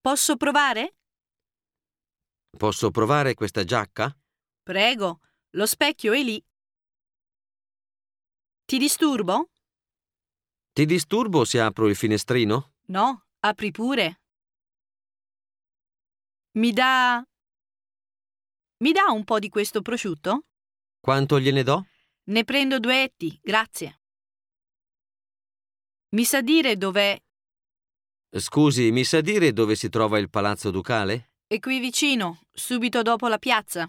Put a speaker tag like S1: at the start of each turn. S1: Posso provare?
S2: Posso provare questa giacca?
S1: Prego, lo specchio è lì. Ti disturbo?
S2: Ti disturbo se apro il finestrino?
S1: No, apri pure. Mi dà... Mi dà un po' di questo prosciutto?
S2: Quanto gliene do?
S1: Ne prendo due etti, grazie. Mi sa dire dov'è?
S2: Scusi, mi sa dire dove si trova il palazzo ducale?
S1: È qui vicino, subito dopo la piazza.